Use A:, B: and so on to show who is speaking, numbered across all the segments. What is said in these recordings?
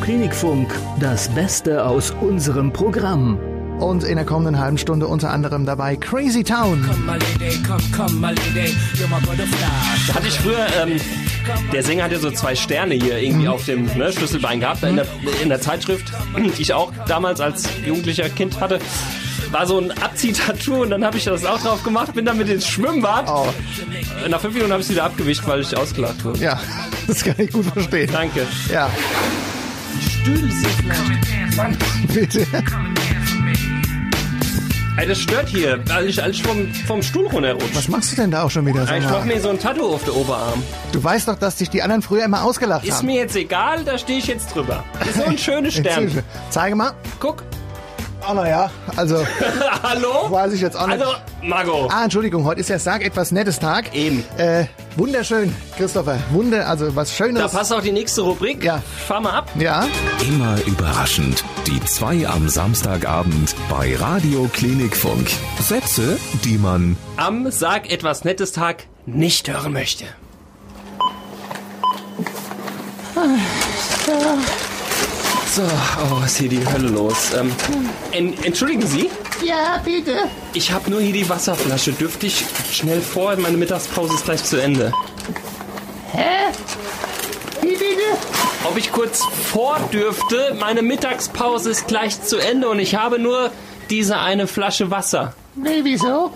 A: Klinikfunk, das Beste aus unserem Programm.
B: Und in der kommenden halben Stunde unter anderem dabei Crazy Town.
C: Come, my lady, come, come, my lady, you're my butterfly.
D: Da hatte ich früher, ähm, der Sänger hatte so zwei Sterne hier irgendwie auf dem ne, Schlüsselbein gehabt in, der, in der Zeitschrift, die ich auch damals als jugendlicher Kind hatte. War so ein Abziehtattoo und dann habe ich das auch drauf gemacht, bin dann mit ins Schwimmbad.
B: Oh,
D: Nach fünf Minuten habe ich es wieder abgewischt, weil ich ausgelacht wurde.
B: ja, das kann ich gut verstehen.
D: Danke.
B: Ja,
D: Stühle sind
B: bitte.
D: Ey, das stört hier, weil ich alles vom, vom Stuhl runterrutsche.
B: Was machst du denn da auch schon wieder?
D: Ich
B: Sag
D: mach
B: mal,
D: mir so ein Tattoo auf den Oberarm.
B: du weißt doch, dass dich die anderen früher immer ausgelacht
D: Ist
B: haben.
D: mir jetzt egal, da stehe ich jetzt drüber. Ist so ein schönes
B: Inzwischen.
D: Stern.
B: Zeige mal.
D: Guck.
B: Oh, naja, also
D: Hallo?
B: weiß ich jetzt auch nicht.
D: Also, Margot.
B: Ah, Entschuldigung, heute ist ja Sag etwas Nettes Tag.
D: Eben.
B: Äh, wunderschön, Christopher. Wunder, also was
D: Da
B: Schönes.
D: passt auch die nächste Rubrik.
B: Ja.
D: Fahr mal ab.
B: ja,
E: Immer überraschend. Die zwei am Samstagabend bei Radio Klinikfunk. Sätze, die man
D: Am Sag etwas Nettes Tag nicht hören möchte. So, oh, ist hier die Hölle los. Ähm, en entschuldigen Sie,
F: Ja, bitte.
D: ich habe nur hier die Wasserflasche. Dürfte ich schnell vor? Meine Mittagspause ist gleich zu Ende.
F: Hä? Wie bitte?
D: Ob ich kurz vor dürfte? Meine Mittagspause ist gleich zu Ende und ich habe nur diese eine Flasche Wasser.
F: Nee, wieso?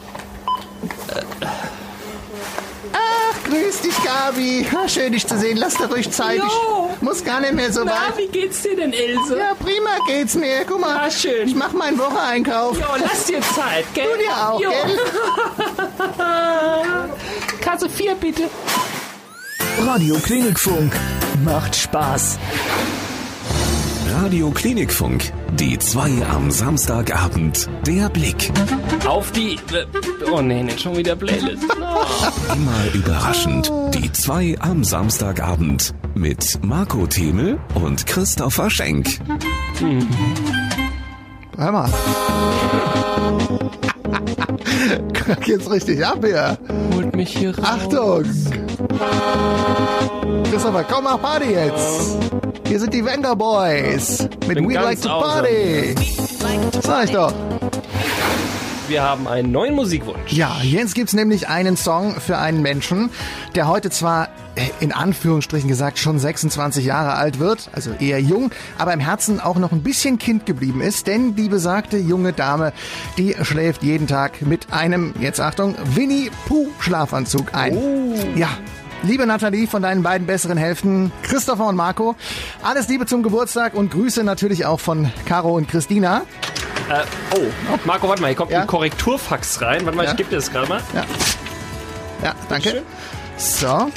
B: Äh. grüß dich, Gabi. Ha, schön, dich zu sehen. Lass dir ruhig Zeit.
D: Jo.
B: Ich muss gar nicht mehr so
D: Oh. Na,
B: weit.
D: wie geht's dir denn, Ilse?
B: Ja, prima geht's mir. Guck mal,
D: Ah, schön.
B: ich mach meinen Woche-Einkauf.
D: Jo, lass dir Zeit, gell?
B: Du dir auch,
D: Jo.
B: gell?
D: Kasse 4 bitte.
A: Radio Klinikfunk macht Spaß.
E: Radio Klinikfunk. Die zwei am Samstagabend. Der Blick.
D: Auf die. äh, Oh nee, nicht schon wieder Playlist.
E: Immer überraschend. Die zwei am Samstagabend mit Marco Themel und Christopher Schenk.
B: Hör mal. Geht's richtig ab hier.
D: Holt mich hier raus.
B: Achtung. Christopher, komm mal Party jetzt. Hier sind die Venga Boys mit
D: Bin
B: We
D: ganz
B: Like to
D: außer
B: Party. Sag ich doch.
D: Wir haben einen neuen Musikwunsch.
B: Ja, Jens gibt's nämlich einen Song für einen Menschen, der heute zwar äh, in Anführungsstrichen gesagt schon 26 Jahre alt wird, also eher jung, aber im Herzen auch noch ein bisschen Kind geblieben ist, denn die besagte junge Dame, die schläft jeden Tag mit einem, jetzt Achtung, Winnie Pooh Schlafanzug ein. Ja. Liebe Nathalie von deinen beiden besseren Hälften, Christopher und Marco, alles Liebe zum Geburtstag und Grüße natürlich auch von Caro und Christina.
D: Äh, oh, Marco, warte mal, hier kommt
B: Ja?
D: ein Korrekturfax rein. Warte mal,
B: Ja.
D: ich gebe dir das gerade mal.
B: Ja, danke. So. Ah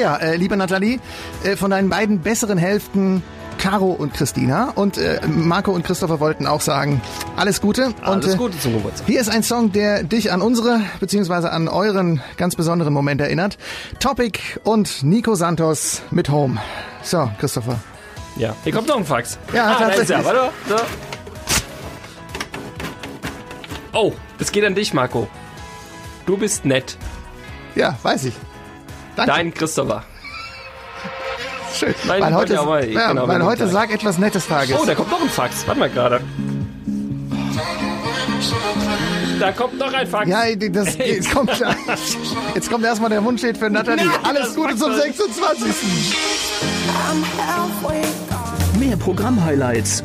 B: ja, äh, liebe Nathalie, äh, von deinen beiden besseren Hälften Caro und Christina und äh, Marco und Christopher wollten auch sagen, alles Gute. Und,
D: Alles
B: äh,
D: Gute zum Geburtstag.
B: Hier ist ein Song, der dich an unsere beziehungsweise an euren ganz besonderen Moment erinnert. Topic und Nico Santos mit Home. So, Christopher.
D: Ja. Hier kommt noch ein Fax.
B: Ja,
D: ah, da ist er.
B: tatsächlich.
D: Warte mal. So. Oh, das geht an dich, Marco. Du bist nett.
B: Ja, weiß ich. Danke.
D: Dein Christopher.
B: Schön.
D: Nein,
B: weil heute,
D: wollte aber-
B: ja,
D: genau,
B: weil
D: wir
B: heute
D: sind
B: sag etwas Nettes Tages.
D: Oh, da kommt noch ein Fax. Warte mal gerade. Da kommt noch ein Fax.
B: Ja, das
D: Ey.
B: kommt ja. Jetzt kommt erstmal der Mundschnitt für Nathalie.
D: Nein,
B: Alles
D: das
B: Gute
D: macht
B: zum
D: doch nicht.
B: 26.
A: Mehr Programm-Highlights